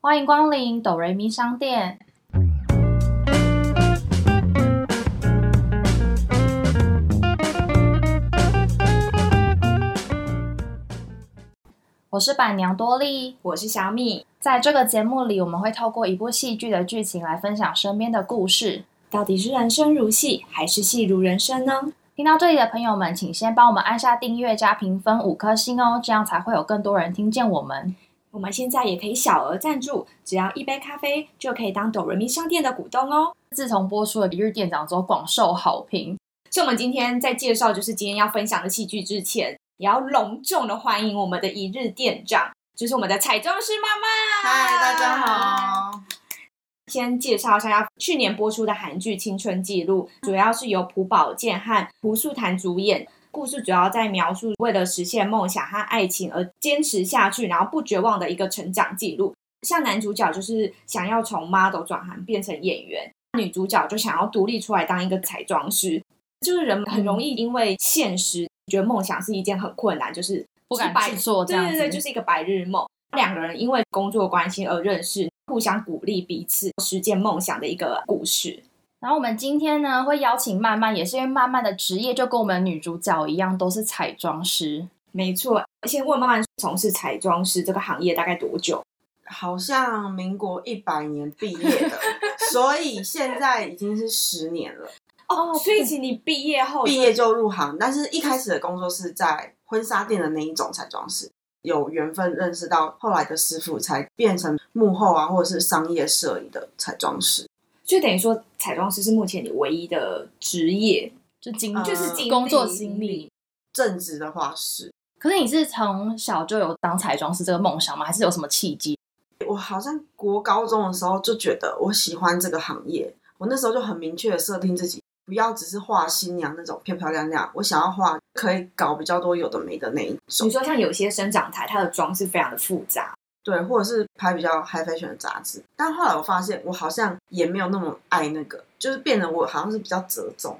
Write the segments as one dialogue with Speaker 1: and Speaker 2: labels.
Speaker 1: 欢迎光临哆瑞咪商店。我是板娘多莉，
Speaker 2: 我是小米，
Speaker 1: 在这个节目里，我们会透过一部戏剧的剧情来分享身边的故事。
Speaker 2: 到底是人生如戏，还是戏如人生呢？
Speaker 1: 听到这里的朋友们，请先帮我们按下订阅加评分五颗星哦，这样才会有更多人听见我们。
Speaker 2: 我们现在也可以小额赞助，只要一杯咖啡就可以当哆瑞咪商店的股东哦。
Speaker 1: 自从播出了《一日店长》之后，广受好评。
Speaker 2: 所以，我们今天在介绍就是今天要分享的戏剧之前，也要隆重的欢迎我们的一日店长，就是我们的彩妆师妈妈。
Speaker 3: 嗨，大家。好。
Speaker 2: 先介绍一下去年播出的韩剧《青春记录》，主要是由朴宝剑和朴素檀主演。故事主要在描述为了实现梦想和爱情而坚持下去，然后不绝望的一个成长记录。像男主角就是想要从 model 转行变成演员，女主角就想要独立出来当一个彩妆师。就是人很容易因为现实觉得梦想是一件很困难，就是
Speaker 1: 不敢
Speaker 2: 是白
Speaker 1: 去做这样
Speaker 2: 对对对，
Speaker 1: 子
Speaker 2: 就是一个白日梦。两个人因为工作关系而认识，互相鼓励彼此实践梦想的一个故事。
Speaker 1: 然后我们今天呢，会邀请曼曼，也是因为曼曼的职业就跟我们女主角一样，都是彩妆师。
Speaker 2: 没错，先问曼曼从事彩妆师这个行业大概多久？
Speaker 3: 好像民国一百年毕业的，所以现在已经是十年了。
Speaker 2: 哦，所以其实你毕业后
Speaker 3: 毕业就入行，但是一开始的工作是在婚纱店的那一种彩妆师，有缘分认识到后来的师傅，才变成幕后啊或者是商业摄影的彩妆师。
Speaker 2: 就等于说彩妆师是目前你唯一的职业，
Speaker 1: 就经呃
Speaker 3: 嗯
Speaker 2: 就是经历
Speaker 1: 工作经历。。
Speaker 3: 正职的话是，
Speaker 1: 可是你是从小就有当彩妆师这个梦想吗？还是有什么契机？
Speaker 3: 我好像国高中的时候就觉得我喜欢这个行业，我那时候就很明确的设定自己，不要只是画新娘那种漂漂亮亮，我想要画可以搞比较多有的没的那一
Speaker 2: 你
Speaker 3: 种，
Speaker 2: 说像有些生长台，它的妆是非常的复杂，
Speaker 3: 对，或者是拍比较 high fashion 的杂志。但后来我发现，我好像也没有那么爱那个，就是变得我好像是比较折中，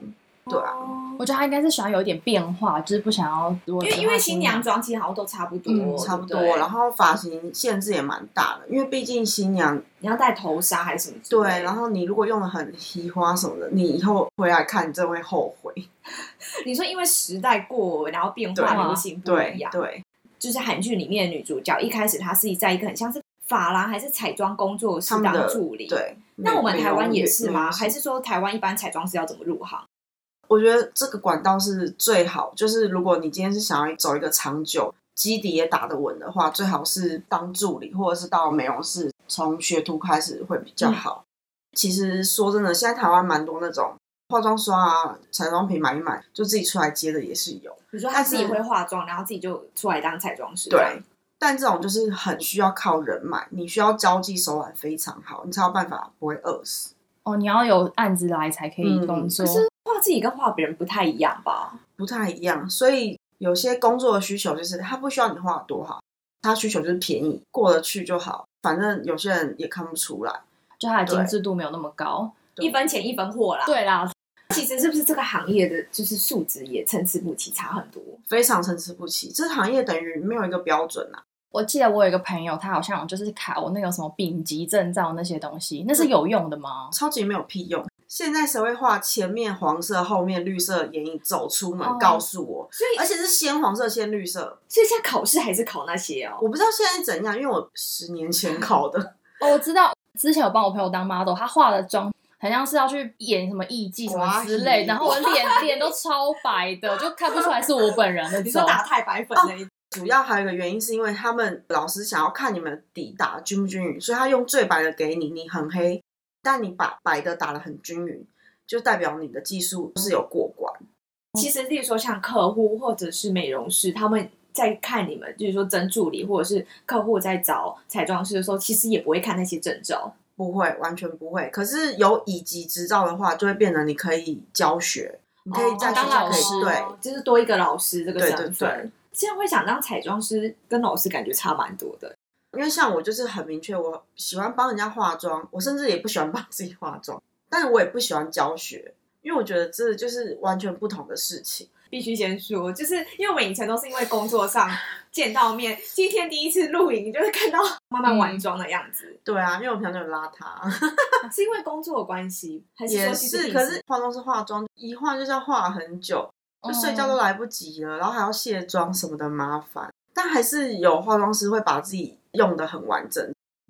Speaker 3: 对啊，
Speaker 2: 哦
Speaker 1: 我觉得他应该是想要有一点变化，就是不想要如果
Speaker 2: 因为
Speaker 1: 只
Speaker 2: 因为
Speaker 1: 画
Speaker 2: 新娘妆其实好像都差不多，
Speaker 1: 嗯
Speaker 3: 差不
Speaker 2: 哦对
Speaker 3: 多。
Speaker 2: 对
Speaker 3: 然后发型限制也蛮大的，因为毕竟新娘
Speaker 2: 你要戴头纱还是什么之类
Speaker 3: 对
Speaker 2: 的？，
Speaker 3: 然后你如果用的很稀花什么的，你以后回来看，你真的会后悔。
Speaker 2: 你说因为时代过，然后变
Speaker 3: 对啊
Speaker 2: 化流行不一
Speaker 3: 对
Speaker 2: 样，
Speaker 3: 对，
Speaker 2: 就是韩剧里面的女主角一开始她是在一个很像是发廊还是彩妆工作室
Speaker 3: 他们
Speaker 2: 当
Speaker 3: 的
Speaker 2: 助理，。
Speaker 3: 对，
Speaker 2: 那
Speaker 3: 美
Speaker 2: 我们台湾也是吗？？
Speaker 3: 美容
Speaker 2: 还是说台湾一般彩妆师要怎么入行？
Speaker 3: 我觉得这个管道是最好，就是如果你今天是想要走一个长久，基底也打得稳的话，最好是当助理或者是到美容室，从学徒开始会比较好。其实说真的，现在台湾蛮多那种化妆刷啊、彩妆品买一买，就自己出来接的也是有。
Speaker 2: 你说她自己
Speaker 3: 但是
Speaker 2: 会化妆，然后自己就出来当彩妆师，这样
Speaker 3: 对，但这种就是很需要靠人脉，你需要交际手腕非常好，你才有办法不会饿死。
Speaker 1: 哦，你要有案子来才可以
Speaker 3: 嗯
Speaker 1: 工作。
Speaker 2: 可是画自己跟画别人不太一样吧？
Speaker 3: 不太一样，所以有些工作的需求就是他不需要你画得多好，他需求就是便宜，过得去就好。反正有些人也看不出来，
Speaker 1: 就它的精致度没有那么高。
Speaker 3: 对
Speaker 2: 一分钱一分货啦。，
Speaker 1: 对啦，
Speaker 2: 其实是不是这个行业的就是素质也参差不齐，差很多？
Speaker 3: 非常参差不齐。这行业等于没有一个标准啊，
Speaker 1: 我记得我有一个朋友，他好像就是考那个什么丙级证照那些东西，那是有用的吗？
Speaker 3: 超级没有屁用。现在谁会画前面黄色，后面绿色眼影走出门？
Speaker 1: 哦
Speaker 3: 告诉我，
Speaker 2: 所以
Speaker 3: 而且是先黄色先绿色。
Speaker 2: 所以现在考试还是考那些哦。
Speaker 3: 我不知道现在怎样，因为我十年前考的，
Speaker 1: 哦，我知道，之前有帮我朋友当 model，他化的妆很像是要去演什么艺妓什么之类，
Speaker 3: 寡妇
Speaker 1: 然后我 脸脸都超白的，就看不出来是我本人那
Speaker 2: 你说
Speaker 1: 种。
Speaker 2: 打太白粉
Speaker 3: 哦
Speaker 2: 那一
Speaker 3: 主要还有一个原因是因为他们老师想要看你们的底打均不均匀，所以他用最白的给你，你很黑，但你把白的打得很均匀，就代表你的技术是有过关。
Speaker 2: 其实，例如说像客户或者是美容师，他们在看你们，就是说真助理或者是客户在找彩妆师的时候，其实也不会看那些证照。
Speaker 3: 不会，完全不会。可是有乙级执照的话，就会变成你可以教学，你
Speaker 2: 哦
Speaker 3: 可以
Speaker 1: 哦
Speaker 3: 在学
Speaker 1: 当
Speaker 3: 校
Speaker 1: 老
Speaker 3: 可以、
Speaker 1: 师哦
Speaker 3: 对，
Speaker 2: 就是多一个老师这个
Speaker 3: 对
Speaker 2: 身
Speaker 3: 对
Speaker 2: 份。现在会想当彩妆师，跟老师感觉差蛮多的。
Speaker 3: 因为像我就是很明确，我喜欢帮人家化妆，我甚至也不喜欢帮自己化妆，但我也不喜欢教学，因为我觉得这就是完全不同的事情。
Speaker 2: 必须先说，就是因为我们以前都是因为工作上见到面，今天第一次露营，就是看到慢
Speaker 3: 嗯
Speaker 2: 慢完妆的样子，
Speaker 3: 对啊，因为我平常就很邋遢，
Speaker 2: 是因为工作的关系，还是
Speaker 3: 也
Speaker 2: 说其实
Speaker 3: 是。
Speaker 2: 平
Speaker 3: 可
Speaker 2: 时
Speaker 3: 是化妆师化妆一化就是要化很久，
Speaker 1: 嗯
Speaker 3: 就睡觉都来不及了，然后还要卸妆什么的麻烦。但还是有化妆师会把自己用的很完整，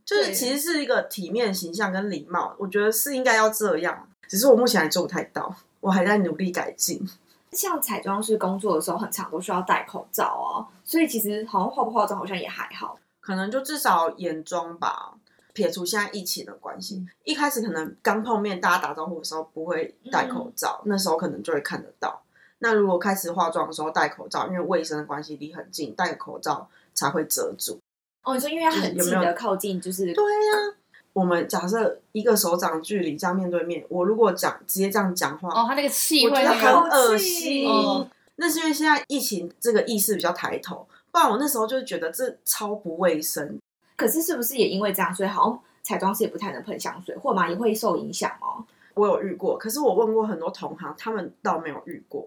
Speaker 3: 就是
Speaker 2: 对
Speaker 3: 其实是一个体面形象跟礼貌，我觉得是应该要这样。只是我目前还做不太到，我还在努力改进。
Speaker 2: 像彩妆师工作的时候，很常都需要戴口罩哦，所以其实好像化不化妆好像也还好。
Speaker 3: 可能就至少眼妆吧。撇除现在疫情的关
Speaker 1: 嗯
Speaker 3: 系，一开始可能刚碰面，大家打招呼的时候不会
Speaker 1: 嗯
Speaker 3: 戴口罩，那时候可能就会看得到。那如果开始化妆的时候戴口罩，因为卫生的关系离很近，戴个口罩才会遮住。
Speaker 2: 哦，你说因为要很近
Speaker 3: 就是有没有
Speaker 2: 的靠近，就是
Speaker 3: 对呀、我们假设一个手掌距离这样面对面，我如果讲直接这样讲话，
Speaker 1: 哦，他那个气
Speaker 3: 我
Speaker 1: 会
Speaker 3: 觉得
Speaker 1: 那
Speaker 3: 很
Speaker 1: 个，
Speaker 3: 恶心。
Speaker 1: 嗯
Speaker 3: 那是因为现在疫情这个意识比较抬头，不然我那时候就是觉得这超不卫生。
Speaker 2: 可是是不是也因为这样，所以好像彩妆师也不太能喷香水，或嘛也会受影响哦。
Speaker 3: 我有遇过，可是我问过很多同行，他们倒没有遇过。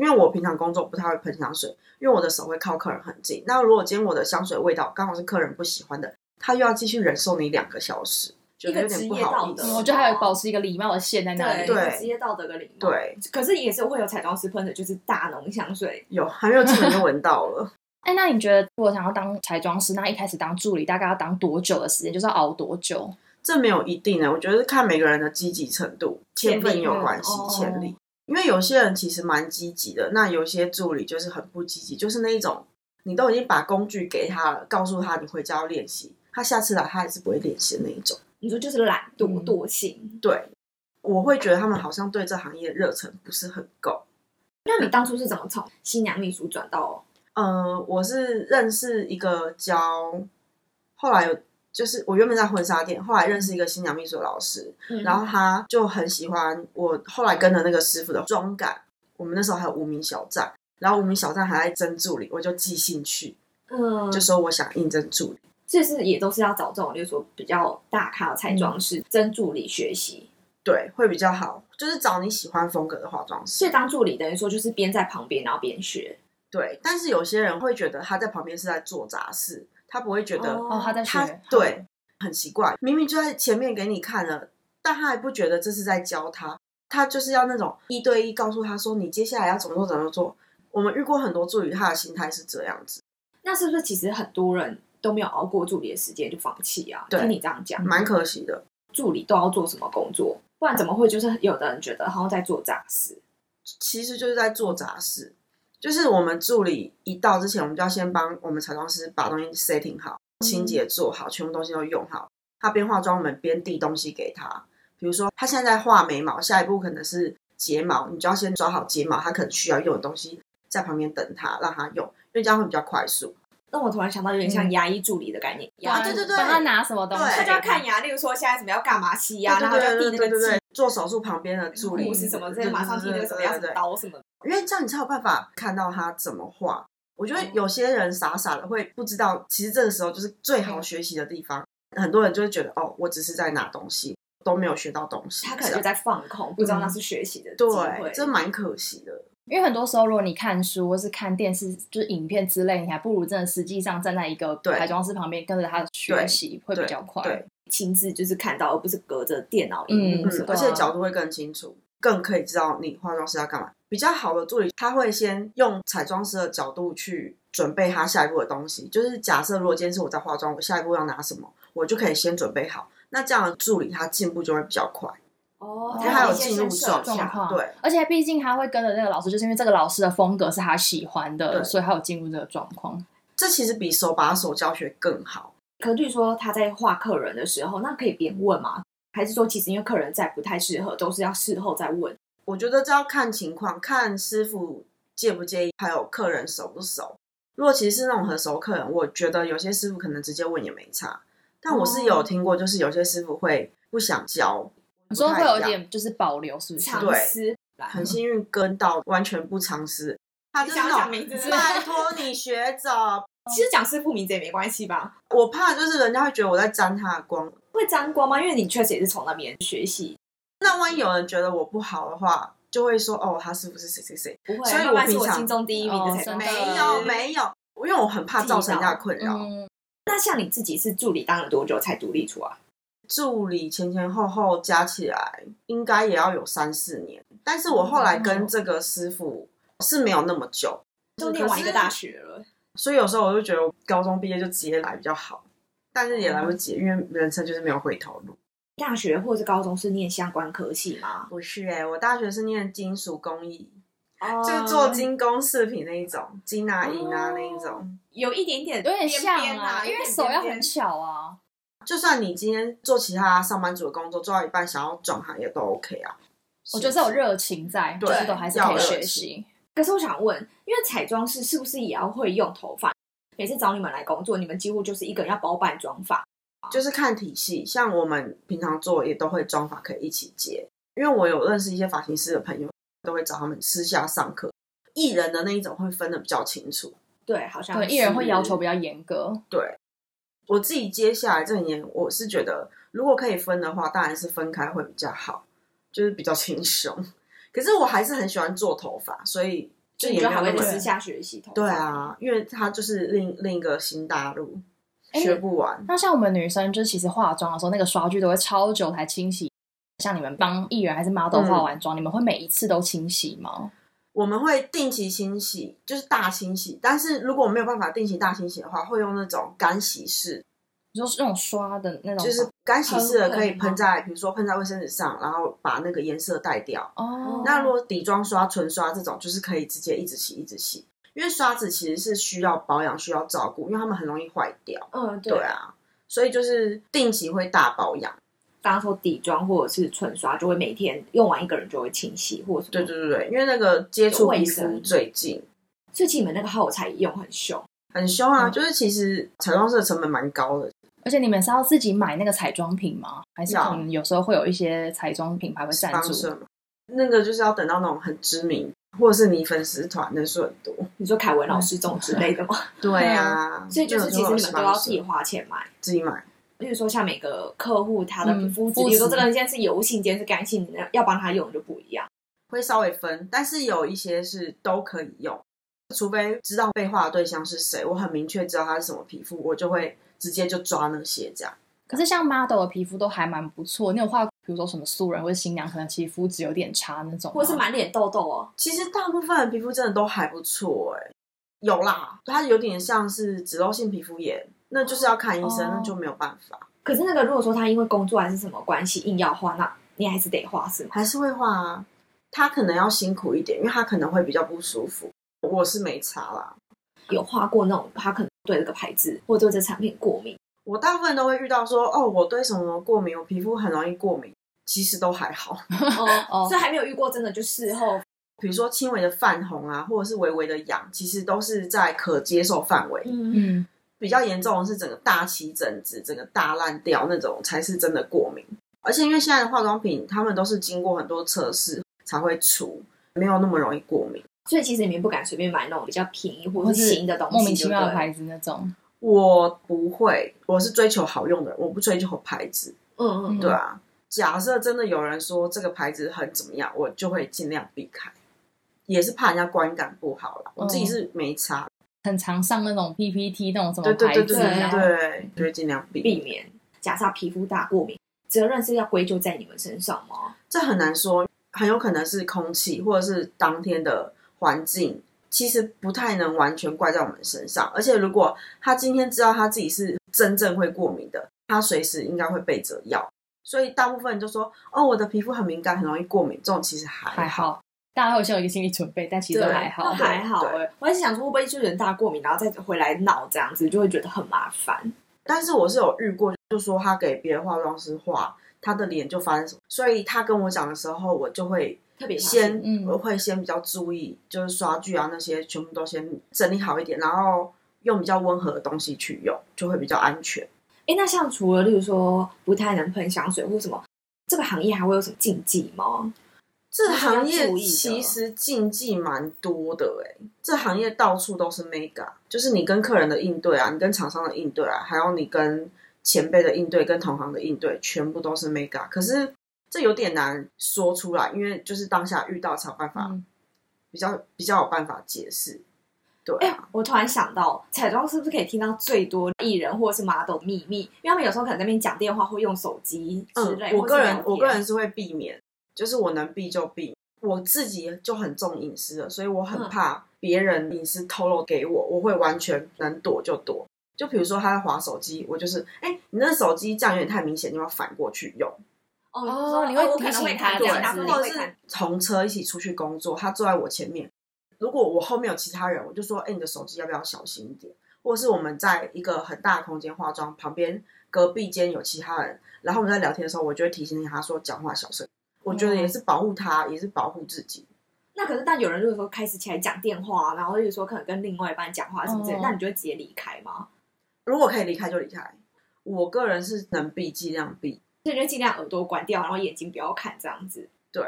Speaker 3: 因为我平常工作不太会喷香水，因为我的手会靠客人很近。那如果今天我的香水味道刚好是客人不喜欢的，他又要继续忍受你两个小时，觉得有点不好
Speaker 2: 一个
Speaker 3: 意
Speaker 2: 职业
Speaker 3: 思
Speaker 2: 道
Speaker 1: 嗯
Speaker 2: 德。
Speaker 1: 我觉得还有保持一个礼貌的线在那里。
Speaker 3: 对
Speaker 2: 职业道德的礼貌。，
Speaker 3: 对，
Speaker 2: 可是也是会有彩妆师喷的，就是大浓香水。
Speaker 3: 有还没有进门就闻到了。
Speaker 1: 哎，那你觉得如果想要当彩妆师，那一开始当助理大概要当多久的时间？就是要熬多久？
Speaker 3: 这没有一定啊的，我觉得是看每个人的积极程度、天分也有关系，
Speaker 2: 潜力
Speaker 3: 潜力。因为有些人其实蛮积极的，那有些助理就是很不积极，就是那一种你都已经把工具给他了，告诉他你回家要练习，他下次来他还是不会练习的那一种。
Speaker 2: 你说就是懒惰、
Speaker 1: 嗯
Speaker 2: 惰性。
Speaker 3: 对，我会觉得他们好像对这行业热忱不是很够。
Speaker 2: 那你当初是怎么从新娘秘书转到？
Speaker 3: 呃，我是认识一个教，后来有就是我原本在婚纱店，后来认识一个新娘秘书的老师，
Speaker 2: 嗯
Speaker 3: 然后他就很喜欢我后来跟的那个师傅的妆感。我们那时候还有无名小站，然后无名小站还在征助理，我就寄信去，
Speaker 2: 嗯，
Speaker 3: 就说我想应征助理。
Speaker 2: 这是也都是要找这种，就是说比较大咖的彩妆
Speaker 3: 嗯
Speaker 2: 师、真助理学习。
Speaker 3: 对，会比较好，就是找你喜欢风格的化妆师
Speaker 2: 所。以当助理等于说就是边在旁边，然后边学。
Speaker 3: 对，但是有些人会觉得他在旁边是在做杂事，他不会觉得
Speaker 1: 哦，他在学
Speaker 3: 他，对，很奇怪，明明就在前面给你看了，但他还不觉得这是在教他，他就是要那种一对一告诉他说你接下来要怎么做怎么做。我们遇过很多助理，他的心态是这样子，
Speaker 2: 那是不是其实很多人都没有熬过助理的时间就放弃啊？
Speaker 3: 对
Speaker 2: 听你这样讲，
Speaker 3: 蛮可惜的。
Speaker 2: 助理都要做什么工作？不然怎么会就是有的人觉得好像在做杂事？
Speaker 3: 其实就是在做杂事，就是我们助理一到之前，我们就要先帮我们彩妆师把东西 setting 好，清洁做好，全部东西都用好。他边化妆，我们边递东西给他。比如说，他现在在画眉毛，下一步可能是睫毛，你就要先抓好睫毛，他可能需要用的东西在旁边等他，让他用，因为这样会比较快速。
Speaker 2: 那我突然想到有点像
Speaker 1: 嗯
Speaker 2: 牙医助理的概念，
Speaker 1: 帮他
Speaker 2: 牙
Speaker 3: 啊对对对
Speaker 1: 帮他拿什么东西，
Speaker 3: 对
Speaker 2: 他就要看牙，例如说现在什么要干嘛吸牙，
Speaker 3: 对
Speaker 2: 然后就要
Speaker 3: 对
Speaker 2: 递那
Speaker 3: 对对对
Speaker 2: 个
Speaker 3: 对，做手术旁边的助理
Speaker 2: 护士什么之类，
Speaker 3: 对嗯
Speaker 2: 马上递那个什么要
Speaker 3: 对
Speaker 2: 什
Speaker 3: 对
Speaker 2: 么
Speaker 3: 对
Speaker 2: 刀什么的。
Speaker 3: 因为这样你才有办法看到他怎么画。我觉得
Speaker 2: 哦
Speaker 3: 有些人傻傻的会不知道，其实这个时候就是最
Speaker 2: 嗯
Speaker 3: 好学习的地方。很多人就会觉得，哦，我只是在拿东西，都没有学到东西。
Speaker 2: 他可能就
Speaker 3: 这样
Speaker 2: 在放空，不知道那是学习的机会
Speaker 3: 对，。这蛮可惜的。
Speaker 1: 因为很多时候，如果你看书或是看电视，就是影片之类，你还不如真的实际上站在一个
Speaker 3: 对
Speaker 1: 彩妆师旁边跟着他学习，会比较快。
Speaker 3: 对，
Speaker 2: 亲自就是看到，而不是隔着电脑
Speaker 1: 嗯
Speaker 2: 荧幕什
Speaker 3: 嗯
Speaker 2: 么，的。
Speaker 3: 而
Speaker 1: 啊
Speaker 3: 且角度会更清楚，更可以知道你化妆师要干嘛。比较好的助理，他会先用彩妆师的角度去准备他下一步的东西。就是假设如果今天是我在化妆，我下一步要拿什么，我就可以先准备好。那这样的助理他进步就会比较快。
Speaker 2: 哦，
Speaker 1: 因为他有
Speaker 2: 一些
Speaker 3: 进入
Speaker 2: 先设
Speaker 3: 状
Speaker 1: 状
Speaker 2: 想
Speaker 1: 况
Speaker 3: 对，
Speaker 1: 而且毕竟他会跟着那个老师，就是因为这个老师的风格是他喜欢的，
Speaker 3: 对
Speaker 1: 所以他有进入这个状况。
Speaker 3: 这其实比手把手教学更好。
Speaker 2: 可据说他在画客人的时候，那可以边问吗？还是说其实因为客人在不太适合，都是要事后再问？
Speaker 3: 我觉得这要看情况，看师傅介不介意，还有客人熟不熟。如果其实是那种很熟的客人，我觉得有些师傅可能直接问也没差。但我是有听过，就是有些师傅会不想教，
Speaker 1: 哦你说
Speaker 3: 不太
Speaker 1: 会有
Speaker 3: 一样
Speaker 1: 点就是保留，是不是？
Speaker 2: 常
Speaker 3: 对
Speaker 2: 思
Speaker 3: 很幸运跟到完全不尝试。他就是
Speaker 2: 想
Speaker 3: 那
Speaker 2: 想
Speaker 3: 种
Speaker 2: 名字，
Speaker 3: 拜托你学着，
Speaker 2: 其实讲师傅名字也没关系吧？
Speaker 3: 我怕就是人家会觉得我在沾他的光。
Speaker 2: 会沾光吗？因为你确实也是从那边学习。
Speaker 3: 那万一有人觉得我不好的话，就会说哦，他是不是谁谁谁？
Speaker 2: 不会，啊
Speaker 3: 所以
Speaker 2: 慢慢
Speaker 3: 我
Speaker 2: 是
Speaker 3: 平
Speaker 2: 我
Speaker 3: 常
Speaker 2: 心中第一名的
Speaker 1: 哦
Speaker 2: 彩妆
Speaker 1: 真
Speaker 2: 师。
Speaker 1: 的
Speaker 3: 没有没有，因为我很怕造成人家的困扰。
Speaker 1: 嗯，
Speaker 2: 那像你自己是助理当了多久才独立出啊？
Speaker 3: 助理前前后后加起来应该也要有三四年，但是我后来跟这个师傅是没有那么久，
Speaker 2: 都念完一个大学了，
Speaker 3: 所以有时候我就觉得我高中毕业就直接来比较好，但是也来不及，因为人生就是没有回头路。
Speaker 2: 大学或者高中是念相关科系吗？
Speaker 3: 不是哎、我大学是念金属工艺，
Speaker 2: 哦
Speaker 3: 就是做精工饰品那一种，金啊银啊
Speaker 2: 哦
Speaker 3: 那一种。
Speaker 2: 有一点点
Speaker 1: 有点像
Speaker 3: 边边
Speaker 1: 啊，
Speaker 3: 啊
Speaker 1: 因
Speaker 3: 有
Speaker 1: 为
Speaker 3: 点
Speaker 1: 手要
Speaker 3: 边边
Speaker 1: 很巧啊。
Speaker 3: 就算你今天做其他上班族的工作，做到一半想要转行也都 OK 啊。
Speaker 1: 我觉得这有热情在，
Speaker 3: 对
Speaker 1: 就是都还是可
Speaker 3: 要
Speaker 1: 以
Speaker 3: 热
Speaker 1: 学
Speaker 3: 情
Speaker 1: 习。
Speaker 2: 可是我想问，因为彩妆师是不是也要会用头发？每次找你们来工作，你们几乎就是一个人要包办妆发。
Speaker 3: 就是看体系，像我们平常做也都会妆发可以一起接，因为我有认识一些发型师的朋友，都会找他们私下上课。艺人的那一种会分的比较清楚。
Speaker 2: 对，好像
Speaker 1: 对，艺人会要求比较严格。
Speaker 3: 我自己接下来这一年，我是觉得如果可以分的话，当然是分开会比较好，就是比较轻松。 可是我还是很喜欢做头发，所以
Speaker 2: 就
Speaker 3: 就
Speaker 2: 你
Speaker 3: 也
Speaker 2: 就
Speaker 3: 没
Speaker 2: 还
Speaker 3: 有
Speaker 2: 会
Speaker 3: 那么
Speaker 2: 在私下学习头发。
Speaker 3: 对，啊，因为它就是另另一个新大陆，
Speaker 1: 哎
Speaker 3: 学不完。
Speaker 1: 那像我们女生，就是其实化妆的时候，那个刷具都会超久才清洗。像你们帮艺人还是 model
Speaker 3: 嗯
Speaker 1: 化完妆，你们会每一次都清洗吗？
Speaker 3: 我们会定期清洗，就是大清洗。但是如果没有办法定期大清洗的话，会用那种干洗式，
Speaker 1: 就是那种刷的那种，
Speaker 3: 就是干洗式的
Speaker 2: 喷
Speaker 3: 可以
Speaker 2: 喷
Speaker 3: 喷
Speaker 2: 吗
Speaker 3: 在，比如说喷在卫生纸上，然后把那个颜色带掉。
Speaker 1: 哦，
Speaker 3: 那如果底妆刷、唇刷这种，就是可以直接一直洗一直洗，因为刷子其实是需要保养、需要照顾，因为它们很容易坏掉。
Speaker 2: 嗯，
Speaker 3: 对
Speaker 2: 对。
Speaker 3: 啊，所以就是定期会大保养。
Speaker 2: 刚刚说底妆或者是唇刷，就会每天用完一个人就会清洗，或者什
Speaker 3: 对
Speaker 2: 么。
Speaker 3: 对对对，因为那个接触
Speaker 2: 卫
Speaker 3: 皮肤
Speaker 2: 生
Speaker 3: 最近
Speaker 2: 最近你们那个耗材用很凶，
Speaker 3: 很凶啊，
Speaker 1: 嗯
Speaker 3: 就是其实彩妆师的成本蛮高的，
Speaker 1: 而且你们是要自己买那个彩妆品吗？还是
Speaker 3: 要
Speaker 1: 可能有时候会有一些彩妆品牌会赞助？
Speaker 3: sponsor 嘛那个就是要等到那种很知名，或者是你粉丝团人数很多。
Speaker 2: 你说凯文老师这种之类的吗？
Speaker 3: 对啊，
Speaker 2: 所以就是其实你们都要自己
Speaker 3: 己
Speaker 2: 花钱买。
Speaker 3: 自己买。
Speaker 2: 例如说，像每个客户他的
Speaker 1: 嗯
Speaker 2: 皮肤质，
Speaker 1: 肤
Speaker 2: 比如说
Speaker 1: 质
Speaker 2: 这个人现在是油性，今天是干性，那要帮他用的就不一样。
Speaker 3: 会稍微分，但是有一些是都可以用，除非知道被画的对象是谁，我很明确知道他是什么皮肤，我就会直接就抓那些这样。
Speaker 1: 可是像 model 的皮肤都还蛮不错，你有画，比如说什么素人或者新娘，可能其实肤质有点差那种吗，
Speaker 2: 或是满脸痘痘哦，
Speaker 3: 其实大部分的皮肤真的都还不错哎、有啦，它有点像是脂漏性皮肤炎，那就是要看医生，
Speaker 1: 哦
Speaker 3: 那就没有办法，
Speaker 2: 可是那个如果说他因为工作还是什么关系硬要画，那你还是得画是吗？
Speaker 3: 还是会画啊。他可能要辛苦一点，因为他可能会比较不舒服。我是没擦啦，
Speaker 2: 有画过那种他可能对这个牌子或对这产品过敏，
Speaker 3: 我大部分都会遇到说，哦，我对什么过敏，我皮肤很容易过敏，其实都还好。
Speaker 2: 哦
Speaker 1: 哦
Speaker 2: 所以还没有遇过真的就事后
Speaker 3: 比如说轻微的泛红啊，或者是微微的痒，其实都是在可接受范围。
Speaker 2: 嗯
Speaker 1: 嗯，
Speaker 3: 比较严重的是整个大起疹子、整个大烂掉那种，才是真的过敏。而且因为现在的化妆品，他们都是经过很多测试才会出，没有那么容易过敏。
Speaker 2: 所以其实你们不敢随便买那种比较便宜或
Speaker 1: 或
Speaker 2: 是
Speaker 1: 是
Speaker 2: 新的东西，
Speaker 1: 莫名其妙的
Speaker 2: 对不对
Speaker 1: 牌子那种，
Speaker 3: 我不会，我是追求好用的人，我不追求牌子。
Speaker 2: 嗯嗯，
Speaker 1: 嗯
Speaker 2: 对。
Speaker 3: 对啊，假设真的有人说这个牌子很怎么样，我就会尽量避开，也是怕人家观感不好啦。我自己是没差，
Speaker 1: 很常上那种 PPT 那种什
Speaker 3: 对
Speaker 1: 么
Speaker 3: 对
Speaker 1: 牌
Speaker 3: 对
Speaker 1: 子，啊
Speaker 3: 对
Speaker 1: 然
Speaker 3: 对
Speaker 1: 后
Speaker 3: 对，就会尽量避。
Speaker 2: 避免假设他皮肤大过敏，责任是要归咎在你们身上吗？
Speaker 3: 这很难说，很有可能是空气或者是当天的环境，其实不太能完全怪在我们身上。而且如果他今天知道他自己是真正会过敏的，他随时应该会备着药。所以大部分人就说：“哦，我的皮肤很敏感，很容易过敏。”这种其实还
Speaker 1: 还
Speaker 3: 好，
Speaker 1: 好，大家会先有一个心理准备，但其实都
Speaker 3: 对
Speaker 1: 还好
Speaker 2: 那。还好
Speaker 3: 对
Speaker 2: 哎、我还是想说会不会就人大过敏，然后再回来闹这样子，就会觉得很麻烦。
Speaker 3: 但是我是有遇过，就说他给别的化妆师画，他的脸就发生什么，所以他跟我讲的时候，我就会
Speaker 2: 特别小心
Speaker 3: 先、
Speaker 1: 嗯
Speaker 3: 我会先比较注意，就是刷具啊那些全部都先整理好一点，然后用比较温和的东西去用，就会比较安全。
Speaker 2: 哎，那像除了例如说不太能喷香水或什么，这个行业还会有什么禁忌吗？
Speaker 3: 这
Speaker 2: 那是要
Speaker 3: 行业
Speaker 2: 注意的
Speaker 3: 其实禁忌蛮多的哎、这行业到处都是 mega，就是你跟客人的应对啊，你跟厂商的应对啊，还有你跟前辈的应对、跟同行的应对，全部都是 mega。可是这有点难说出来，因为就是当下遇到才有办法，
Speaker 2: 嗯
Speaker 3: 比较比较有办法解释。对
Speaker 2: 哎、
Speaker 3: 啊，
Speaker 2: 我突然想到，彩妆是不是可以听到最多艺人或者是 model 秘密？因为他们有时候可能在那边讲电话或用手机之类。
Speaker 3: 嗯，我
Speaker 2: 或是
Speaker 3: 个人
Speaker 2: 聊天
Speaker 3: 我个人是会避免，就是我能避就避。我自己就很重隐私了，所以我很
Speaker 2: 嗯
Speaker 3: 怕别人隐私透露给我，我会完全能躲就躲。就比如说他在划手机，我就是哎、你那手机这样有点太明显，你要反过去用。
Speaker 2: 哦
Speaker 1: 哦
Speaker 2: 说
Speaker 1: 你会
Speaker 2: 哦我
Speaker 1: 提
Speaker 2: 可能
Speaker 1: 醒
Speaker 2: 会
Speaker 1: 他
Speaker 2: 看
Speaker 1: 这
Speaker 2: 这
Speaker 1: 样
Speaker 2: 样，
Speaker 1: 子
Speaker 2: 然
Speaker 3: 或
Speaker 2: 后
Speaker 1: 你
Speaker 2: 你会
Speaker 3: 者是
Speaker 2: 看。
Speaker 3: 同车一起出去工作，他坐在我前面，如果我后面有其他人，我就说：“哎、你的手机要不要小心一点？”或者是我们在一个很大的空间化妆，旁边隔壁间有其他人，然后我们在聊天的时候，我就会提醒他说：“讲话小声。”我觉得也是保护他，也是保护自己。
Speaker 2: 那可是，但有人如果说开始起来讲电话，啊然后就是说可能跟另外一半讲话什么之
Speaker 1: 哦
Speaker 2: 类的，那你就会直接离开吗？
Speaker 3: 如果可以离开就离开，我个人是能避尽量避。
Speaker 2: 所以就尽量耳朵关掉，然后眼睛不要看这样子。
Speaker 3: 对，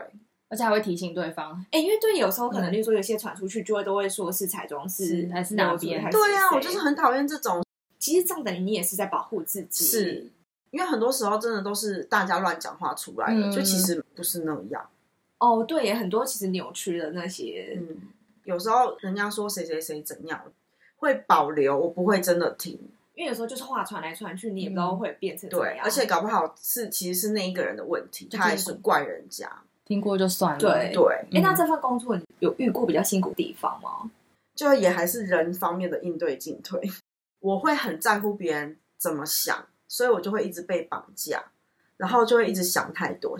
Speaker 1: 而且还会提醒对方。
Speaker 2: 哎、因为对，有时候可能，
Speaker 1: 嗯
Speaker 2: 例如说有些传出去，就会都会说是彩妆师
Speaker 1: 是还是哪边
Speaker 2: 还是
Speaker 3: 对啊，
Speaker 2: 谁
Speaker 3: 我就是很讨厌这种
Speaker 2: 其实这样等于你也是在保护自己。
Speaker 3: 是，因为很多时候真的都是大家乱讲话出来的，
Speaker 1: 嗯
Speaker 3: 就其实不是那样。
Speaker 2: 哦，对耶，很多其实扭曲的那些，
Speaker 3: 嗯，有时候人家说谁谁谁怎样，会保留，我不会真的听。
Speaker 2: 因为有时候就是话传来传去，你也不知道
Speaker 1: 嗯
Speaker 2: 会变成怎么
Speaker 3: 对，啊
Speaker 2: 样。
Speaker 3: 而且搞不好是其实是那一个人的问题，
Speaker 1: 就
Speaker 3: 他还
Speaker 1: 是
Speaker 3: 是怪人家。
Speaker 1: 听过就算了。
Speaker 2: 对
Speaker 3: 对，
Speaker 1: 嗯
Speaker 2: 哎、那这份工作你有遇过比较辛苦的地方吗？
Speaker 3: 就也还是人方面的应对进退。 我会很在乎别人怎么想，所以我就会一直被绑架，然后就会一直想太多。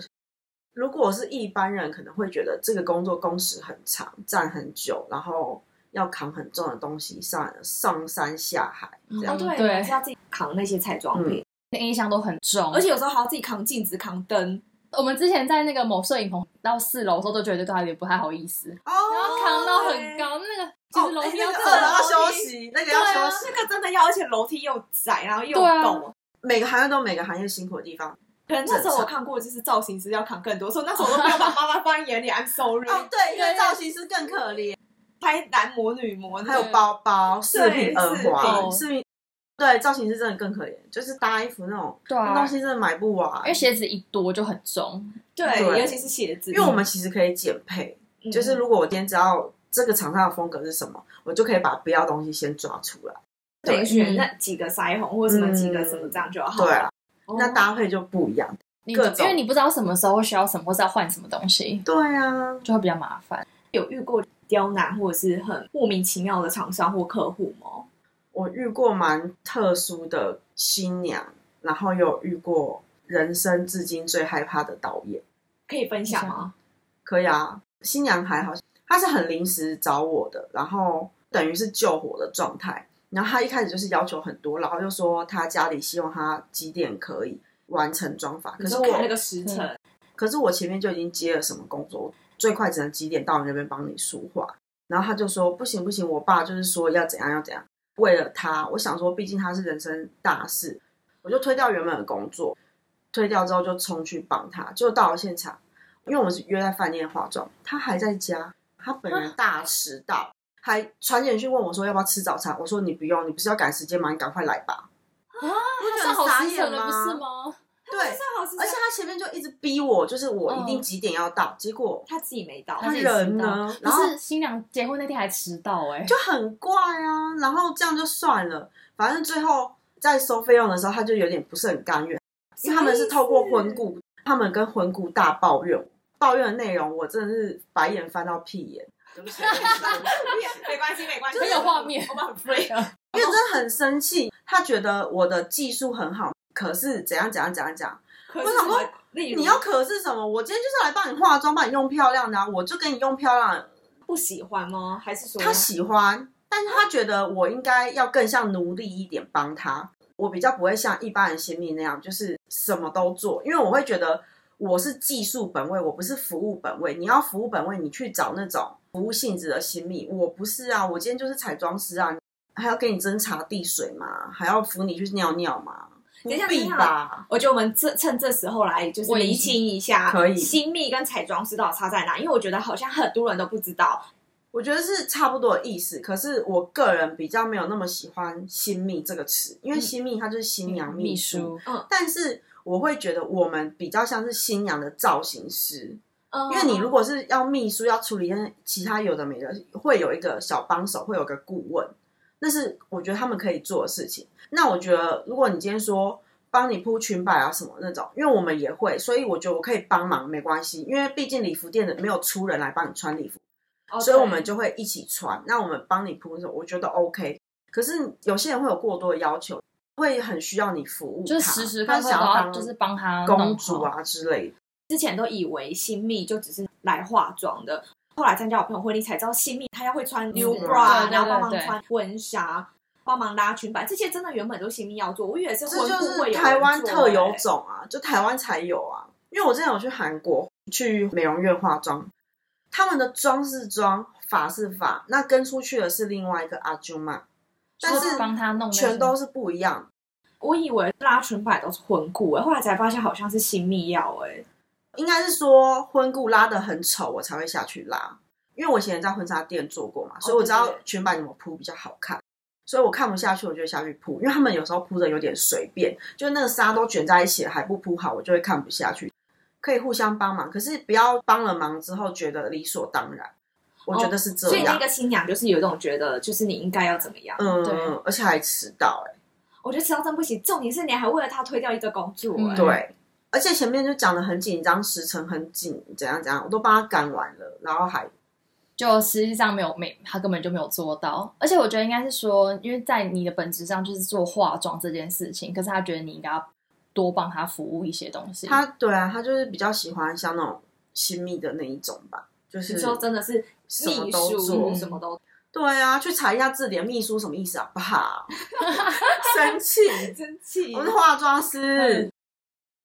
Speaker 3: 如果是一般人，可能会觉得这个工作工时很长，站很久，然后要扛很重的东西上上山下海这样。
Speaker 2: 哦，对，
Speaker 1: 嗯对嗯
Speaker 2: 你是要自己扛那些彩妆品，
Speaker 1: 那印象都很重，
Speaker 2: 而且有时候还要自己扛镜子、扛灯。
Speaker 1: 我们之前在那个某摄影棚到四楼的时候，都觉得对他有点不太好意思，
Speaker 3: 哦，
Speaker 1: 然后扛到很高，那个其实
Speaker 3: 哎
Speaker 1: 楼梯要啊走楼梯
Speaker 3: 休息，那个要
Speaker 1: 对啊
Speaker 3: 休息。
Speaker 2: 这个真的要，而且楼梯又窄，然后又
Speaker 1: 对啊
Speaker 2: 陡。
Speaker 3: 每个行业都有每个行业辛苦的地方。
Speaker 2: 可能那时候我看过，就是造型师要扛更多，所以那时候 我都没有把妈妈放在眼里，I'm sorry。
Speaker 3: 哦，对，因
Speaker 1: 对
Speaker 3: 为造型师更可怜，
Speaker 2: 拍男模、女模，
Speaker 3: 还有包包、饰品、耳环、
Speaker 1: 饰
Speaker 3: 饰品。对，造型师真的更可怜，就是搭衣服那种
Speaker 1: 对
Speaker 3: 那东
Speaker 1: 啊，
Speaker 3: 西真的买不完
Speaker 1: 因为。鞋子一多就很重，
Speaker 2: 对，
Speaker 3: 对
Speaker 2: 尤其是鞋子，
Speaker 3: 因为我们其实可以减配，
Speaker 2: 嗯
Speaker 3: 就是如果我今天知道这个厂商的风格是什么，我就可以把不要东西先抓出来。
Speaker 2: 可以
Speaker 3: 对
Speaker 1: 嗯
Speaker 2: 选那几个腮红或什么几
Speaker 3: 嗯
Speaker 2: 个什么这样就好。
Speaker 3: 对啊，
Speaker 2: 哦
Speaker 3: 那搭配就不一样。
Speaker 1: 你
Speaker 3: 各种
Speaker 1: 因为你不知道什么时候需要什么，或是要换什么东西，
Speaker 3: 对啊，
Speaker 1: 就会比较麻烦。
Speaker 2: 有遇过刁难或者是很莫名其妙的厂商或客户吗？
Speaker 3: 我遇过蛮特殊的新娘，然后有遇过人生至今最害怕的导演。
Speaker 2: 可以分享吗？
Speaker 3: 可以啊，新娘还好，她是很临时找我的，然后等于是救火的状态。然后她一开始就是要求很多，然后又说她家里希望她几点可以完成妆发，可
Speaker 2: 你
Speaker 3: 是
Speaker 2: 说
Speaker 3: 我
Speaker 2: 看那个时辰，
Speaker 3: 可是我前面就已经接了什么工作，最快只能几点到你那边帮你梳化。然后他就说不行不行，我爸就是说要怎样要怎样。为了他，我想说，毕竟他是人生大事，我就推掉原本的工作，推掉之后就冲去帮他。就到了现场，因为我们是约在饭店化妆，他还在家，他本人
Speaker 1: 啊
Speaker 3: 大迟到，还传简讯问我说要不要吃早餐。我说你不用，你不是要赶时间吗？你赶快来吧。
Speaker 1: 啊他
Speaker 3: 觉得
Speaker 1: 上
Speaker 3: 很
Speaker 1: 好
Speaker 3: 傻
Speaker 1: 时辰
Speaker 3: 眼
Speaker 1: 了，不
Speaker 3: 吗
Speaker 1: 是吗？
Speaker 3: 对，
Speaker 2: 正好是
Speaker 3: 而且他前面就一直逼我，就是我一定
Speaker 1: 嗯
Speaker 3: 几点要到，结果
Speaker 2: 他自己没到，
Speaker 1: 他
Speaker 3: 他
Speaker 1: 自己迟
Speaker 3: 人
Speaker 1: 到
Speaker 3: 呢，
Speaker 1: 可
Speaker 3: 然后
Speaker 1: 是新娘结婚那天还迟到哎、
Speaker 3: 就很怪啊。然后这样就算了，反正最后在收费用的时候，他就有点不是很甘愿，因为他们是透过魂骨，他们跟魂骨大抱怨，抱怨的内容我真的是白眼翻到屁眼，对不起，对不起对不起
Speaker 2: 没关系没关系，
Speaker 1: 很有画面
Speaker 2: 我们很 free。
Speaker 3: 因为真的很生气，他觉得我的技术很好，可是怎样怎样怎样讲，
Speaker 2: 可
Speaker 3: 我
Speaker 2: 是
Speaker 3: 想说
Speaker 2: 什么例如
Speaker 3: 你要可是什么？我今天就是来帮你化妆，帮你用漂亮的、啊，我就给你用漂亮的。
Speaker 2: 不喜欢吗？还是说
Speaker 3: 他喜欢，但是他觉得我应该要更像奴隶一点帮他。我比较不会像一般人贤明那样，就是什么都做，因为我会觉得我是技术本位，我不是服务本位。你要服务本位，你去找那种服务性质的新密，我不是啊，我今天就是彩妆师啊，还要给你斟茶递水嘛，还要扶你去尿尿嘛，不
Speaker 2: 等一下
Speaker 3: 必吧？
Speaker 2: 我觉得我们这趁这时候来，就是
Speaker 1: 问一
Speaker 2: 厘清一下，
Speaker 3: 可以
Speaker 2: 新密跟彩妆师到底差在哪？因为我觉得好像很多人都不知道，
Speaker 3: 我觉得是差不多的意思，可是我个人比
Speaker 2: 嗯
Speaker 3: 较没有那么喜欢“新密”这个词，因为“新密”它就是新娘
Speaker 1: 秘
Speaker 3: 书，
Speaker 1: 书，
Speaker 3: 但是我会觉得我们比较像是新娘的造型师，
Speaker 2: 嗯
Speaker 3: 因为你如果是要秘书要处理一些其他有的没的，会有一个小帮手，会有个顾问，那是我觉得他们可以做的事情。那我觉得如果你今天说帮你铺裙摆啊什么那种，因为我们也会，所以我觉得我可以帮忙没关系，因为毕竟礼服店的没有出人来帮你穿礼服，
Speaker 2: 哦
Speaker 3: 所以我
Speaker 2: 对
Speaker 3: 们就会一起穿。那我们帮你铺的时候，我觉得 OK。可是有些人会有过多的要求，会很需要你服务他，
Speaker 1: 就是时时
Speaker 3: 他
Speaker 1: 刻刻
Speaker 3: 想
Speaker 1: 都
Speaker 3: 要
Speaker 1: 要
Speaker 3: 当
Speaker 1: 就是帮他弄
Speaker 3: 公主
Speaker 1: 好，
Speaker 3: 啊之类的。
Speaker 2: 之前都以为新密就只是来化妆的，后来参加我朋友婚礼才知道，新密她要会穿 new
Speaker 3: 嗯
Speaker 2: bra，、
Speaker 1: 对对
Speaker 2: 然后帮
Speaker 1: 对
Speaker 2: 忙
Speaker 1: 对
Speaker 2: 穿婚纱，帮忙拉裙摆，这些真的原本都新密要做，我以为是婚
Speaker 3: 这就
Speaker 2: 顾会
Speaker 3: 是
Speaker 2: 有
Speaker 3: 台湾
Speaker 2: 人做
Speaker 3: 特有
Speaker 2: 欸
Speaker 3: 种啊，就台湾才有啊。因为我之前有去韩国去美容院化妆，他们的妆是妆，法是法，那跟出去的是另外一个阿舅妈，但
Speaker 1: 就是是帮他弄那些
Speaker 3: 全都是不一样。
Speaker 2: 我以为拉裙摆都是婚顾、欸，后来才发现好像是新密要哎、欸，
Speaker 3: 应该是说婚顾拉的很丑，我才会下去拉，因为我以前在婚纱店做过嘛，所以我知
Speaker 2: 哦对
Speaker 3: 道
Speaker 2: 对
Speaker 3: 裙摆怎么铺比较好看。所以我看不下去，我就会下去铺，因为他们有时候铺的有点随便，就那个纱都卷在一起了还不铺好，我就会看不下去。可以互相帮忙，可是不要帮了忙之后觉得理所当然。我觉得是这
Speaker 2: 哦所以
Speaker 3: 样，
Speaker 2: 那个新娘就是有一种觉得，就是你应该要怎么样。
Speaker 1: 对
Speaker 3: 啊嗯，而且还迟到、欸，
Speaker 2: 我觉得迟到真不行，重点是你还为了她推掉一个工作、欸
Speaker 1: 嗯
Speaker 3: 对，而且前面就讲的很紧张，时程很紧，怎样怎样，我都帮他赶完了，然后还
Speaker 1: 就实际上没有没他根本就没有做到，而且我觉得应该是说，因为在你的本质上就是做化妆这件事情，可是他觉得你应该要多帮他服务一些东西。
Speaker 3: 他对啊，他就是比较喜欢像那种新密的那一种吧，就是
Speaker 2: 你说真的是
Speaker 3: 什么
Speaker 2: 秘
Speaker 3: 都
Speaker 2: 书
Speaker 3: 做
Speaker 2: 什么都
Speaker 3: 对啊，去查一下字典，秘书什么意思啊好不好？生气，
Speaker 2: 真气
Speaker 3: 我是化妆师，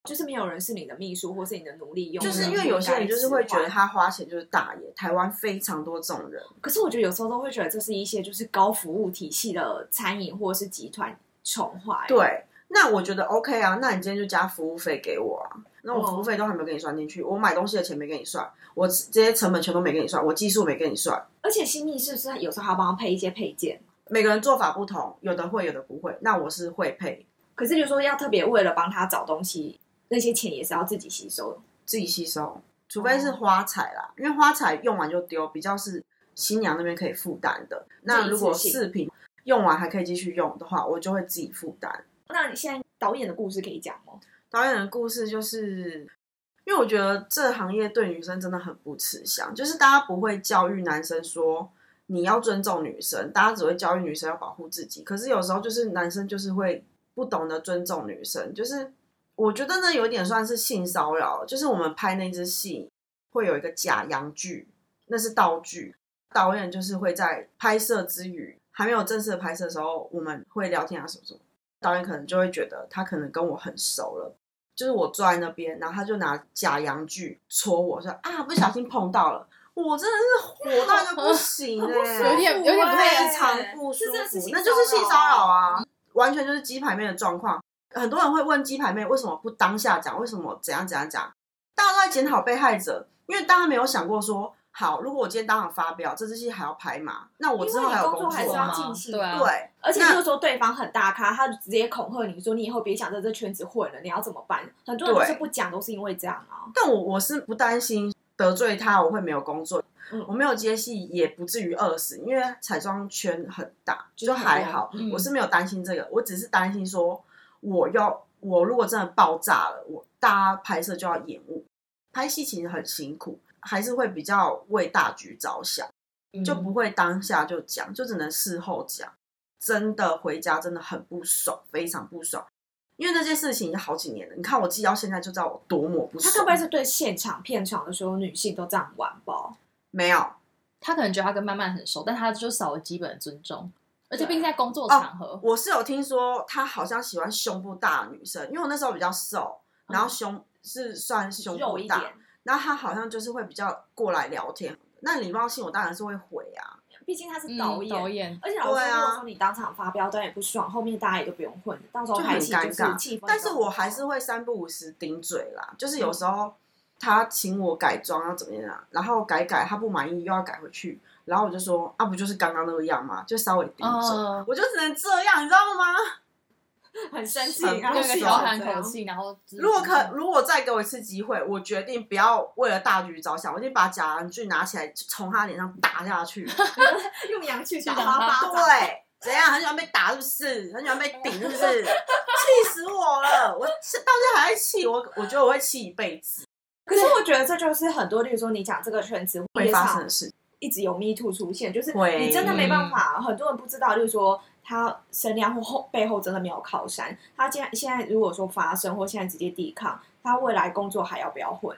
Speaker 2: 就是没有人是你的秘书或是你的奴隶佣
Speaker 3: 就
Speaker 2: 人，
Speaker 3: 是因为有些人就是会觉
Speaker 2: 应
Speaker 3: 得
Speaker 2: 该使
Speaker 3: 他花钱就是大爷，台湾非常多这种人，
Speaker 2: 唤，可是我觉得有时候都会觉得这是一些就是高服务体系的餐饮或是集团宠坏。，
Speaker 3: 对。那我觉得 OK 啊，那你今天就加服务费给我啊。那我服务费都还没有给你算进去，我买东西的钱没给你算，我这些成本全都没给你算，我技术没给你算，
Speaker 2: 而且新密是不是有时候还要帮他配一些配件？
Speaker 3: 每个人做法不同，有的会，有的不会。那我是会配，
Speaker 2: 可是就说要特别为了帮他找东西，那些钱也是要自己吸收的。
Speaker 3: 自己吸收，除非是花彩啦，因为花彩用完就丢，比较是新娘那边可以负担的。那如果饰品用完还可以继续用的话，我就会自己负担。
Speaker 2: 那你现在导演的故事可以讲 吗？
Speaker 3: 导演的故事就是，因为我觉得这个行业对女生真的很不吃香，就是大家不会教育男生说你要尊重女生，大家只会教育女生要保护自己。可是有时候就是男生就是会不懂得尊重女生，就是我觉得那有点算是性骚扰。就是我们拍那支戏会有一个假阳具，那是道具，导演就是会在拍摄之余，还没有正式的拍摄的时候，我们会聊天啊什么什么。导演可能就会觉得他可能跟我很熟了，就是我坐在那边，然后他就拿假阳具戳我说啊，不小心碰到了，我真的是火到一 个不行哎、
Speaker 1: 有点有点不太
Speaker 3: 非常不舒
Speaker 2: 欸是真的是
Speaker 3: 服
Speaker 2: 性，啊
Speaker 3: 那就是性骚扰
Speaker 2: 骚
Speaker 3: 啊，完全就是鸡排妹的状况。很多人会问鸡排妹为什么不当下讲，为什么怎样怎样讲，大家都在检讨被害者，因为大家没有想过说，好，如果我今天当场发表，这支戏还要拍嘛，那我之后还有
Speaker 2: 因为你工作还是
Speaker 3: 作
Speaker 2: 要
Speaker 3: 嘛，
Speaker 2: 进行
Speaker 1: 对啊，
Speaker 3: 对，
Speaker 2: 而且
Speaker 3: 那
Speaker 2: 就是说对方很大咖，他就直接恐吓你说你以后别想在这圈子混了，你要怎么办？很多人
Speaker 3: 对
Speaker 2: 就是不讲，都是因为这样啊。
Speaker 3: 但我我是不担心得罪他，我会没有工作。
Speaker 2: 嗯
Speaker 3: 我没有接戏，也不至于饿死，因为彩妆圈很大，就
Speaker 2: 很
Speaker 3: 还
Speaker 2: 多
Speaker 3: 好。
Speaker 1: 嗯
Speaker 3: 我是没有担心这个，我只是担心说，我要我如果真的爆炸了，我大家拍摄就要延误。拍戏其实很辛苦，还是会比较为大局着想，
Speaker 1: 嗯
Speaker 3: 就
Speaker 2: 嗯
Speaker 3: 不会当下就讲，就只能事后讲。真的回家真的很不爽，非常不爽，因为那件事情已经好几年了。你看我记到现在就知道我多么不
Speaker 2: 他
Speaker 3: 爽。
Speaker 2: 该不会是对现场片场的所有女性都这样玩吧？
Speaker 3: 没有，
Speaker 1: 他可能觉得他跟曼曼很熟，但他就少了基本的尊重，而且
Speaker 2: 对
Speaker 1: 毕竟在工作场合，
Speaker 3: 啊哦我是有听说他好像喜欢胸部大的女生，因为我那时候比较瘦，
Speaker 2: 嗯
Speaker 3: 然后胸、是算胸
Speaker 2: 肉
Speaker 3: 部
Speaker 2: 一
Speaker 3: 大
Speaker 2: 点，，
Speaker 3: 然后他好像就是会比较过来聊天。那礼貌性我当然是会回啊，
Speaker 2: 毕竟他是
Speaker 1: 嗯
Speaker 2: 导演。
Speaker 1: 导演，
Speaker 2: 而且老师
Speaker 3: 对
Speaker 2: 如
Speaker 3: 啊
Speaker 2: 果说你当场发飙，导演不爽，后面大家也就不用混，到时候
Speaker 3: 就
Speaker 2: 拍
Speaker 3: 很
Speaker 2: 戏就
Speaker 3: 尴
Speaker 2: 是
Speaker 3: 尬
Speaker 2: 气氛。
Speaker 3: 但是我还是会三不五时顶嘴啦，就是
Speaker 2: 嗯
Speaker 3: 有时候他请我改装要怎么样、啊，然后改改他不满意又要改回去，然后我就说
Speaker 2: 哦
Speaker 3: 啊不就是刚刚那个样吗？就稍微顶嘴，
Speaker 1: 嗯，
Speaker 3: 我就只能这样，你知道吗？
Speaker 2: 很生气，
Speaker 3: 很
Speaker 2: 然
Speaker 1: 那
Speaker 2: 后
Speaker 3: 不
Speaker 1: 个调
Speaker 3: 爽
Speaker 1: 侃口 气，然后就是
Speaker 3: 如果可，如果再给我一次机会，我决定不要为了大局着想，我一定把假洋剧拿起来从他脸上打下去。
Speaker 2: 用阳气去
Speaker 1: 打
Speaker 2: 打
Speaker 1: 他
Speaker 2: 他 巴掌。
Speaker 3: 对，怎样？很喜欢被打是不是？很喜欢被顶是不是？气死我了！我是到现在还在气，我我觉得我会气一辈子
Speaker 2: 可是我觉得这就是很多，例如说你讲这个圈子
Speaker 3: 会
Speaker 2: 也啊
Speaker 3: 发
Speaker 2: 少
Speaker 3: 生的事。
Speaker 2: 一直有 Me Too 出现，就是
Speaker 3: 会
Speaker 2: 你真的没办法，很多人不知道，就是说他声量或后背后真的没有靠山。他现在现在如果说发生或现在直接抵抗，他未来工作还要不要混？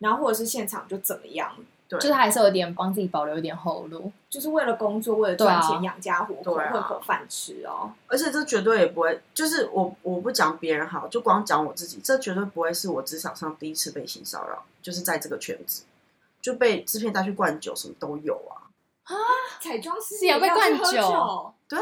Speaker 2: 然后或者是现场就怎么样？
Speaker 1: 就是还是有点帮自己保留一点后路。
Speaker 2: 就是为了工作，为了赚
Speaker 1: 对啊
Speaker 2: 钱养家糊口，
Speaker 3: 对啊
Speaker 2: 混口饭吃哦。
Speaker 3: 而且这绝对也不会，就是我我不讲别人好，就光讲我自己，这绝对不会是我职场上第一次被性骚扰，就是在这个圈子就被制片带去灌酒，什么都有啊。
Speaker 2: 彩妆师
Speaker 1: 也要被灌酒
Speaker 2: 也要去喝酒，
Speaker 3: 对，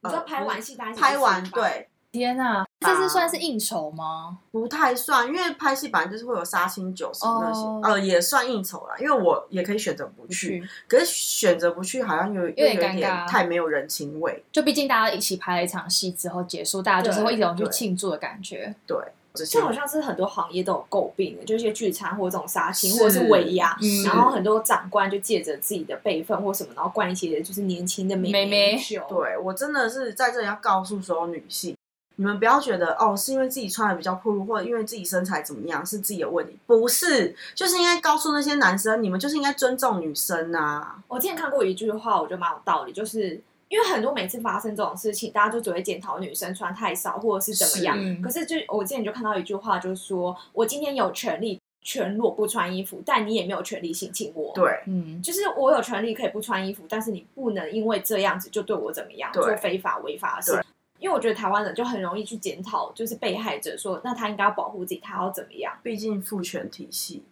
Speaker 2: 你知道
Speaker 3: 呃
Speaker 2: 拍完戏大家一起
Speaker 3: 拍完
Speaker 2: 吃饭，
Speaker 3: 对，
Speaker 1: 天啊，这是算是应酬吗？
Speaker 3: 不太算，因为拍戏本来就是会有杀青酒什么那些
Speaker 1: 哦
Speaker 3: 呃，也算应酬啦。因为我也可以选择不
Speaker 1: 不
Speaker 3: 去，
Speaker 1: 去，
Speaker 3: 可是选择不去好像有有
Speaker 1: 点尴尬
Speaker 3: 点太没有人情味。
Speaker 1: 就毕竟大家一起拍了一场戏之后结束，大家就是会一种去
Speaker 3: 对
Speaker 1: 庆祝的感觉。
Speaker 3: 对，这些
Speaker 2: 这好像是很多行业都有诟病的，就是一些聚餐或者这种杀青，
Speaker 3: 是
Speaker 2: 或者是尾牙，
Speaker 1: 嗯
Speaker 2: 然后很多长官就借着自己的辈分或什么，然后灌一些就是年轻的
Speaker 1: 妹
Speaker 2: 妹
Speaker 1: 妹
Speaker 2: 酒。，
Speaker 3: 对我真的是在这里要告诉所有女性，你们不要觉得哦，是因为自己穿的比较暴露，或者因为自己身材怎么样是自己的问题，不是，就是应该告诉那些男生，你们就是应该尊重女生啊。
Speaker 2: 我之前看过一句话，我觉得蛮有道理，就是。因为很多每次发生这种事情，大家就只会检讨女生穿太少或者是怎么样。
Speaker 1: 是
Speaker 2: 可是就我之前就看到一句话，就是说我今天有权利全裸不穿衣服，但你也没有权利性侵我。
Speaker 3: 对，
Speaker 1: 嗯，
Speaker 2: 就是我有权利可以不穿衣服，但是你不能因为这样子就对我怎么样，
Speaker 3: 对
Speaker 2: 做非法违法的事
Speaker 3: 对。
Speaker 2: 因为我觉得台湾人就很容易去检讨，就是被害者说，那他应该要保护自己，他要怎么样？
Speaker 3: 毕竟父权体系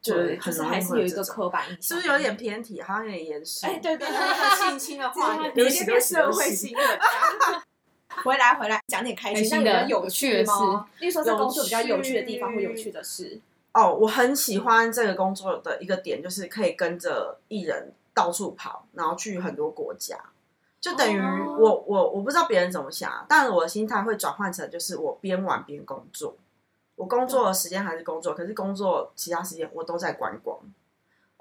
Speaker 3: 就是
Speaker 2: 对，就
Speaker 3: 很
Speaker 2: 是
Speaker 3: 容易
Speaker 2: 还是
Speaker 3: 会
Speaker 2: 有一
Speaker 3: 这
Speaker 2: 个
Speaker 3: 种
Speaker 2: 刻板印
Speaker 3: 是
Speaker 2: 象，
Speaker 3: 不是有点？偏题，好像有点严肃？
Speaker 2: 哎，对对对，
Speaker 3: 性侵的话
Speaker 2: 话，直
Speaker 3: 对不起
Speaker 2: 接变
Speaker 3: 对不起对
Speaker 2: 社
Speaker 3: 不
Speaker 2: 会
Speaker 3: 起
Speaker 2: 新闻。啊 回来回来，讲点开
Speaker 1: 开
Speaker 2: 心
Speaker 1: 心
Speaker 2: 但
Speaker 1: 的
Speaker 2: 比较有
Speaker 1: 有趣的
Speaker 2: 吗？例如说，在
Speaker 3: 有
Speaker 2: 工作比较有趣的地方
Speaker 3: 趣
Speaker 2: 或有趣的事，
Speaker 3: 哦，我很喜欢这个工作的一个点，就是可以跟着艺人到处跑，然后去很多国家，就等于
Speaker 2: 哦
Speaker 3: 我、我我不知道别人怎么想，啊但我的心态会转换成就是我边玩边工作，我工作的时间还是工作，可是工作其他时间我都在观光，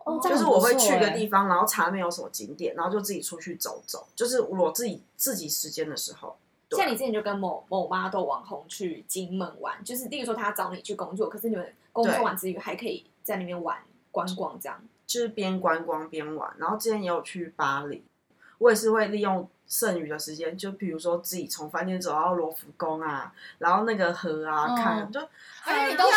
Speaker 1: 哦这
Speaker 3: 就
Speaker 1: 样
Speaker 3: 是
Speaker 1: 很不
Speaker 3: 我会
Speaker 1: 错
Speaker 3: 去一
Speaker 1: 欸
Speaker 3: 个地方，然后查那边有什么景点，然后就自己出去走走，就是我自己自己时间的时候，对
Speaker 2: 像你之前就跟某某 model 网红去金门玩，就是例如说他找你去工作，可是你们工作
Speaker 3: 对
Speaker 2: 完之余还可以在那边玩观光这样。
Speaker 3: 就是边观光边玩。然后之前也有去巴黎，我也是会利用剩余的时间，就比如说自己从饭店走到罗浮宫啊，然后那个河啊、
Speaker 1: 嗯
Speaker 3: 看，就
Speaker 1: 哎，
Speaker 3: 哎啊
Speaker 1: 你都去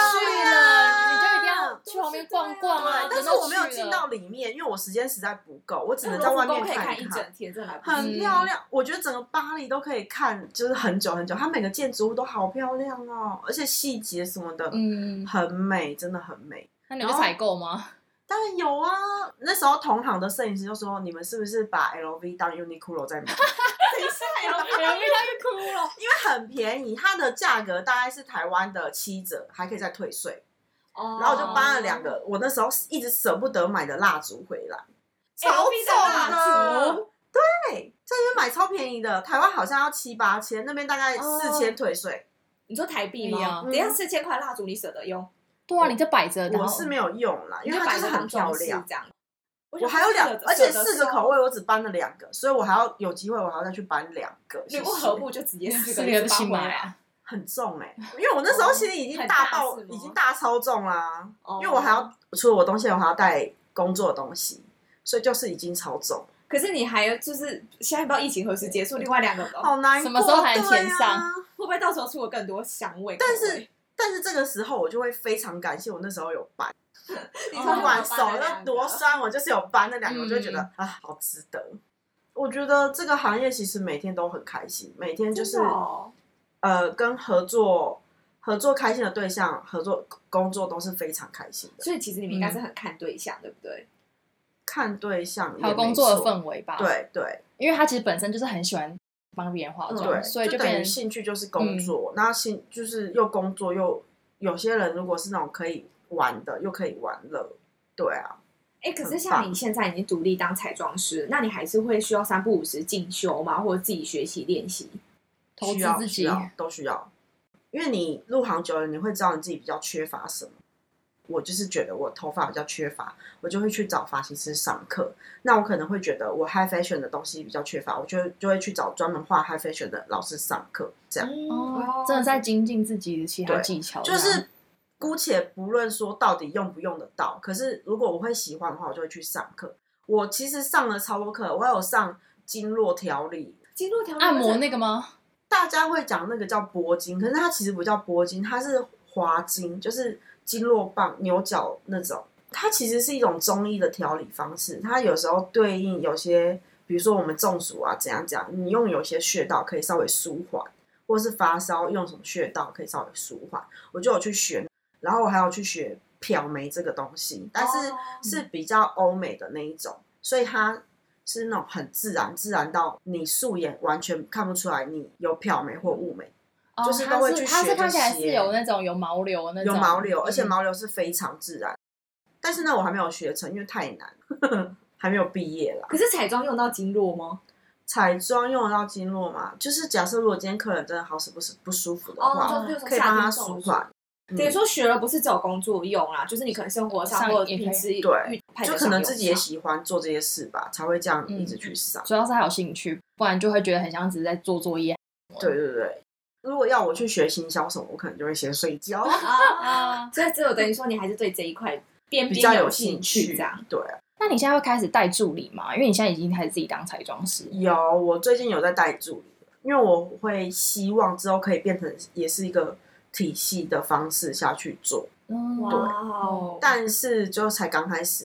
Speaker 1: 了，你就一定要去
Speaker 2: 就是
Speaker 1: 旁边逛逛
Speaker 2: 这
Speaker 1: 啊！
Speaker 2: 样
Speaker 1: 人
Speaker 3: 但是
Speaker 1: 都
Speaker 3: 我没有
Speaker 1: 去
Speaker 3: 进
Speaker 1: 了
Speaker 3: 到里面，因为我时间实在不够，我只能在
Speaker 2: 那
Speaker 3: 外
Speaker 2: 罗浮宫
Speaker 3: 面
Speaker 2: 可以
Speaker 3: 看
Speaker 2: 看一
Speaker 3: 看。
Speaker 2: 整天，真的来不及。
Speaker 3: 很
Speaker 1: 嗯
Speaker 3: 漂亮，我觉得整个巴黎都可以看，就是很久很久。它每个建筑物都好漂亮哦，而且细节什么的，
Speaker 1: 嗯，
Speaker 3: 很美，真的很美。
Speaker 1: 那你有去采购 吗？
Speaker 3: 当然有啊，那时候同行的摄影师就说：“你们是不是把 LV 当 Uniqlo 在买？”
Speaker 1: 太容易，他就哭了。
Speaker 3: 因为很便宜，它的价格大概是台湾的七折，还可以再退税。
Speaker 2: 哦
Speaker 3: 然后我就搬了 两个，我那时候一直舍不得买的蜡烛回来，
Speaker 2: 哎
Speaker 3: 超
Speaker 2: 我必带蜡
Speaker 3: 重的。对，在那边买超便宜的，台湾好像要七八千，那边大概
Speaker 1: 哦
Speaker 3: 四千退税。
Speaker 2: 你说台币
Speaker 1: 不一
Speaker 2: 吗？
Speaker 1: 样
Speaker 2: 等一下四千块蜡烛你舍得用？
Speaker 1: 对啊，你这摆着，然
Speaker 3: 我
Speaker 1: 后
Speaker 3: 是没有用啦，因
Speaker 2: 你
Speaker 3: 为它
Speaker 2: 摆
Speaker 3: 就是
Speaker 2: 着
Speaker 3: 很
Speaker 2: 当
Speaker 3: 漂
Speaker 2: 装饰
Speaker 3: 亮。
Speaker 2: 这样。
Speaker 3: 我还有两
Speaker 2: 舍，得
Speaker 3: 而且四个
Speaker 2: 收
Speaker 3: 口味，我只搬了两个，所以我还要有机会，我还要再去搬两个。
Speaker 2: 礼
Speaker 3: 谢
Speaker 2: 物
Speaker 3: 谢
Speaker 2: 盒不就直接四
Speaker 1: 四
Speaker 2: 个
Speaker 1: 个
Speaker 2: 人
Speaker 1: 一
Speaker 2: 搬
Speaker 1: 起
Speaker 2: 回
Speaker 1: 买
Speaker 2: 来？
Speaker 1: 啊。
Speaker 3: 很重哎、因为我那时候其实已经大爆，
Speaker 2: 哦很大是吗
Speaker 3: 已经大超重啦、
Speaker 2: 哦
Speaker 3: 因为我还要除了我东西，我还要带工作的东西，所以就是已经超重，
Speaker 2: 可是你还有就是现在不知道疫情何时结束，另外两个都会
Speaker 3: 好难过。
Speaker 1: 什么时候才能
Speaker 3: 对
Speaker 1: 填上
Speaker 3: 啊
Speaker 2: 不会到时候出了更多香味？
Speaker 3: 但
Speaker 2: 口味
Speaker 3: 是但是这个时候我就会非常感谢我那时候有搬，
Speaker 2: 你
Speaker 1: 哦
Speaker 2: 说
Speaker 3: 不管手
Speaker 2: 搬了两
Speaker 3: 有
Speaker 2: 个
Speaker 3: 多酸，我就是有搬那两个，
Speaker 1: 嗯
Speaker 3: 我就会觉得啊，好值得。我觉得这个行业其实每天都很开心，每天就是、
Speaker 2: 真的哦
Speaker 3: 呃跟合作合作开心的对象合作工作都是非常开心的。
Speaker 2: 所以其实你们应该是很看对象，对不对？
Speaker 3: 看对象也
Speaker 1: 还有工作的
Speaker 3: 没错
Speaker 1: 氛围吧，，
Speaker 3: 对对
Speaker 1: 因为他其实本身就是很喜欢帮别人化妆，
Speaker 3: 嗯对，
Speaker 1: 嗯所以
Speaker 3: 就等
Speaker 1: 变
Speaker 3: 于
Speaker 1: 成嗯
Speaker 3: 兴趣就是工作，那兴就是又工作又有些人如果是那种可以玩的，又可以玩乐，对啊，
Speaker 2: 哎，可是
Speaker 3: 很
Speaker 2: 像
Speaker 3: 棒
Speaker 2: 你现在已经独立当彩妆师，那你还是会需要三不五时进修吗？或者自己学习练习？
Speaker 1: 投
Speaker 3: 需
Speaker 1: 资
Speaker 3: 要
Speaker 1: 自
Speaker 3: 需
Speaker 1: 己，哦
Speaker 3: 要都需要，因为你入行久了，你会知道你自己比较缺乏什么。我就是觉得我头发比较缺乏，我就会去找发型师上课。那我可能会觉得我 high fashion 的东西比较缺乏，我就会就会去找专门画 high fashion 的老师上课。这样
Speaker 2: 嗯
Speaker 1: 哦，真的在精进自己的其他
Speaker 3: 对
Speaker 1: 技巧，
Speaker 3: 就
Speaker 1: 这样
Speaker 3: 是姑且不论说到底用不用得到，可是如果我会喜欢的话，我就会去上课。我其实上了超多课，我还有上经络调理，
Speaker 2: 经络调理
Speaker 1: 按摩那个吗？
Speaker 3: 大家会讲那个叫拨筋，可是它其实不叫拨筋，它是滑筋，就是经络棒、牛角那种。它其实是一种中医的调理方式，它有时候对应有些，比如说我们中暑啊，怎样怎样，你用有些穴道可以稍微舒缓，或是发烧用什么穴道可以稍微舒缓。我就有去学，然后我还有去学漂眉这个东西，但是
Speaker 2: 哦
Speaker 3: 是比较欧美的那一种，所以它是那种很自然，自然到你素颜完全看不出来你有漂眉或雾眉，
Speaker 1: 哦
Speaker 3: 就是
Speaker 1: 它
Speaker 3: 都会
Speaker 1: 是
Speaker 3: 去
Speaker 1: 它是
Speaker 3: 学
Speaker 1: 看
Speaker 3: 这
Speaker 1: 起来是
Speaker 3: 些
Speaker 1: 有那种有毛流的那
Speaker 3: 有
Speaker 1: 种
Speaker 3: 毛流，而且
Speaker 1: 嗯
Speaker 3: 毛流是非常自然。但是呢，我还没有学成，因为太难， 还没有毕业啦。
Speaker 2: 可是彩妆用到经络吗？
Speaker 3: 彩妆用得到经络吗？就是假设如果今天客人真的好死不死不舒服的话，
Speaker 2: 就比如说
Speaker 3: 可以
Speaker 2: 哦夏
Speaker 3: 帮
Speaker 2: 天
Speaker 3: 他
Speaker 2: 中暑
Speaker 3: 舒缓，嗯
Speaker 2: 等于说学了不是只有工作用啦，就是你可能生活上
Speaker 1: 上
Speaker 2: 或者
Speaker 1: 也可以
Speaker 2: 平时遇
Speaker 3: 对
Speaker 2: 派
Speaker 3: 就
Speaker 2: 得
Speaker 3: 可
Speaker 2: 上
Speaker 3: 能
Speaker 2: 用
Speaker 3: 自己也
Speaker 2: 上
Speaker 3: 喜欢做这些事吧，才会这样一直去上。
Speaker 1: 主要是还有兴趣，不然就会觉得很像只是在做作业
Speaker 3: 对对对，如果要我去学行销什么，我可能就会先睡觉，
Speaker 2: 啊，
Speaker 1: 啊。
Speaker 2: 所以只有等于说你还是对这一块边
Speaker 3: 比
Speaker 2: 边
Speaker 3: 较有
Speaker 2: 兴
Speaker 3: 兴
Speaker 2: 趣
Speaker 3: 趣
Speaker 2: 这样。。
Speaker 3: 对，
Speaker 1: 那你现在会开始带助理吗？因为你现在已经开始自己当彩妆师，
Speaker 3: 有我最近有在带助理，因为我会希望之后可以变成也是一个体系的方式下去做，
Speaker 1: 嗯，
Speaker 2: 哇哦！
Speaker 3: 但是就才刚开始，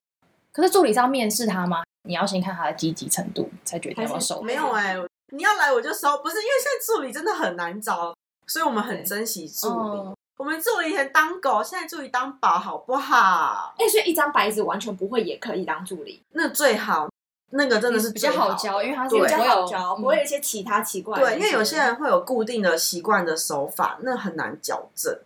Speaker 1: 可是助理是要面试他吗？你要先看他的积极程度，才决定要不要收
Speaker 3: 没有哎、
Speaker 1: 嗯
Speaker 3: 你要来我就收，不是因为现在助理真的很难找，所以我们很
Speaker 2: 对
Speaker 3: 珍惜助理。
Speaker 1: 哦
Speaker 3: 我们助理以前当狗，现在助理当宝，好不好？
Speaker 2: 哎、所以一张白纸完全不会也可以当助理，
Speaker 3: 那最好，那个真的是
Speaker 1: 嗯比较
Speaker 3: 最
Speaker 1: 好
Speaker 3: 的
Speaker 1: 教，因为他是
Speaker 3: 对
Speaker 2: 比较
Speaker 1: 不会有
Speaker 2: 好教，
Speaker 1: 嗯
Speaker 2: 不会有一些其他奇怪的
Speaker 3: 对，因为有些人会有固定的习惯的手法，那很难矫正，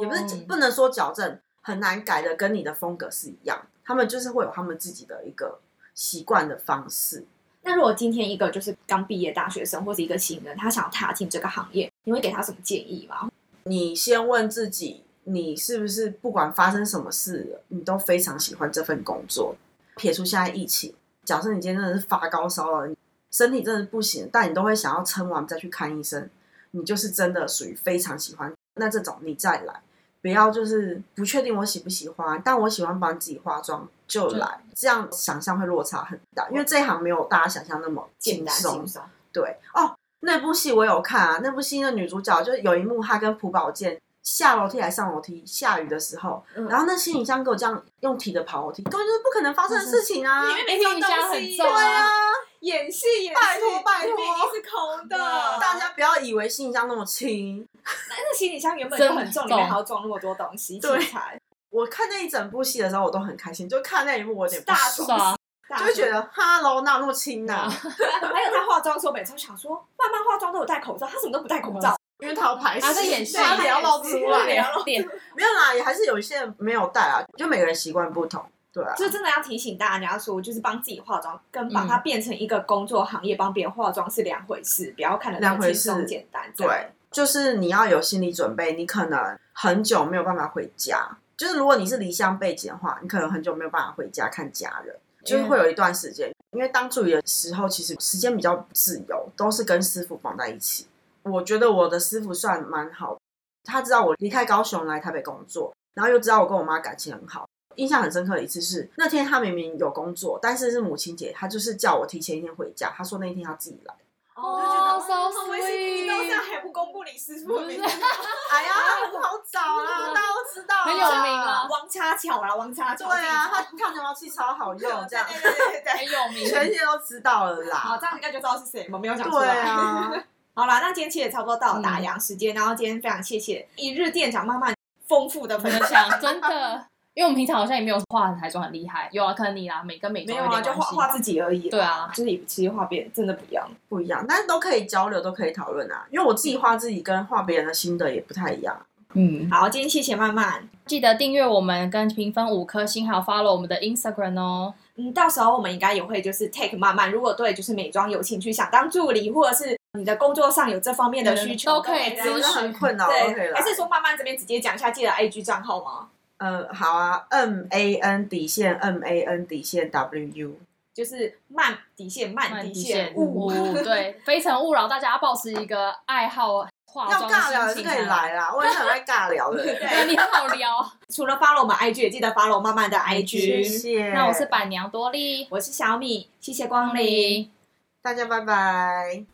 Speaker 3: 也不是
Speaker 1: 哦
Speaker 3: 不能说矫正，很难改的跟你的风格是一样。他们就是会有他们自己的一个习惯的方式。
Speaker 2: 那如果今天一个就是刚毕业大学生或者一个新人，他想踏进这个行业，你会给他什么建议吗？
Speaker 3: 你先问自己，你是不是不管发生什么事了，你都非常喜欢这份工作？撇除现在疫情，假设你今天真的是发高烧了，你身体真的不行，但你都会想要撑完再去看医生，你就是真的属于非常喜欢。那这种你再来，不要就是不确定我喜不喜欢，但我喜欢帮自己化妆就来，这样想象会落差很大，因为这一行没有大家想象那么
Speaker 2: 简
Speaker 3: 轻
Speaker 2: 单
Speaker 3: 松
Speaker 2: 轻。松，
Speaker 3: 对哦，那部戏我有看啊，那部戏的女主角就是有一幕，她跟朴宝剑下楼梯还上楼梯，下雨的时候，
Speaker 2: 嗯
Speaker 3: 然后那行李箱给我这样用提的跑楼梯，根本就是不可能发生的事情啊！
Speaker 1: 因为行李箱很重
Speaker 3: 对啊，
Speaker 2: 演戏演戏，
Speaker 3: 拜托拜托
Speaker 2: 明
Speaker 3: 啊
Speaker 2: 明是空的，
Speaker 3: 大家不要以为行李箱那么轻。
Speaker 2: 那行李箱原本就很重，
Speaker 1: 真
Speaker 2: 里
Speaker 1: 的
Speaker 2: 面还要装那么多东西器
Speaker 3: 对
Speaker 2: 材，
Speaker 3: 我看那一整部戏的时候，我都很开心，就看那一幕我有点不
Speaker 2: 大
Speaker 3: 爽，
Speaker 1: 爽，
Speaker 2: 大家
Speaker 3: 就会觉得哈喽，哪有那么轻呐、啊？
Speaker 2: 还有她化妆的时候，每次都想说，慢慢化妆都有戴口罩，她怎么都不戴口罩？
Speaker 3: 因为他要拍戏，
Speaker 1: 啊在演戏
Speaker 3: 他聊到出
Speaker 2: 对
Speaker 3: 来
Speaker 2: 啊，
Speaker 1: 脸
Speaker 3: 没有啦，也还是有一些人没有带啊，就每个人习惯不同，对啊。
Speaker 2: 就真的要提醒大家说，就是帮自己化妆，跟
Speaker 3: 嗯
Speaker 2: 把它变成一个工作行业，帮别人化妆是两回事，不要看得那么轻松
Speaker 3: 两回事
Speaker 2: 简单。这样
Speaker 3: 对，，就是你要有心理准备，你可能很久没有办法回家。就是如果你是离乡背景的话，你可能很久没有办法回家看家人，就是会有一段时间。因为当助理的时候，其实时间比较自由，都是跟师傅绑在一起。我觉得我的师傅算蛮好的，他知道我离开高雄来台北工作，然后又知道我跟我妈感情很好。印象很深刻的一次是那天他明明有工作，但是是母亲节，他就是叫我提前一天回家，他说那一天他自己来。
Speaker 2: 我就觉得
Speaker 1: 哦，so
Speaker 2: 很危险，你到现在
Speaker 1: sweet
Speaker 2: 还不公布你师傅的名字，
Speaker 3: 哎呀，很好找 啦，大家都知道啊，
Speaker 1: 很有名啊
Speaker 2: 王叉巧啦，王叉巧，
Speaker 3: 对啊，他烫睫毛器超 好用，这样
Speaker 2: 对对对对对。
Speaker 1: 很哎有名，
Speaker 3: 全世界都知道了
Speaker 2: 好，
Speaker 3: 啦。
Speaker 2: 这样应该就知道是谁，我没有讲出
Speaker 3: 对
Speaker 2: 来。
Speaker 3: 啊，嗯
Speaker 2: 好啦，那今天其实也差不多到打烊时间，然后今天非常谢谢一日店长慢慢丰富的分
Speaker 1: 分
Speaker 2: 享。
Speaker 1: 享真的，因为我们平常好像也没有画彩妆很厉害，有啊，可能你啦，美跟美
Speaker 2: 没
Speaker 1: 妆
Speaker 2: 有
Speaker 1: 有
Speaker 2: 啊，
Speaker 1: 点
Speaker 2: 就画
Speaker 1: 关系
Speaker 2: 画自己而已。
Speaker 1: 对啊
Speaker 2: 就是其实画别人真的不一样。
Speaker 3: 不一样，但是都可以交流，都可以讨论啊。因为我自己画自己跟画别人的心得也不太一样。
Speaker 1: 嗯，
Speaker 2: 好，今天谢谢曼曼。
Speaker 1: 记得订阅我们跟评分五颗星，还有 follow 我们的 Instagram 哦。
Speaker 2: 嗯，到时候我们应该也会就是 take 曼曼，如果对就是美妆有兴趣，想当助理或者是你的工作上有这方面的需求，
Speaker 1: 都可以
Speaker 3: 真
Speaker 1: 咨
Speaker 3: 的
Speaker 1: 询
Speaker 3: 很困扰。OK
Speaker 2: 对，
Speaker 3: 了
Speaker 2: 还，是说慢慢这边直接讲一下自己的 IG 账号吗？
Speaker 3: 呃，好啊，M A N 底线，M A N 底线 W U。
Speaker 2: 就是慢底线，慢底线，
Speaker 1: 物
Speaker 2: 物。
Speaker 1: 对，非诚勿扰，大家保持一个爱好化
Speaker 3: 要
Speaker 1: 妆的
Speaker 3: 尬聊也
Speaker 1: 心
Speaker 3: 是
Speaker 1: 情
Speaker 3: 可以
Speaker 1: 才来。
Speaker 3: 来啦，我也是很爱尬聊的人。
Speaker 1: 对你很好聊。
Speaker 2: 除了 follow 我们 IG，也记得 follow 慢慢的 IG。
Speaker 3: 谢谢，
Speaker 1: 那我是板娘多莉，
Speaker 2: 我是小米，谢谢光临。
Speaker 3: 大家拜拜。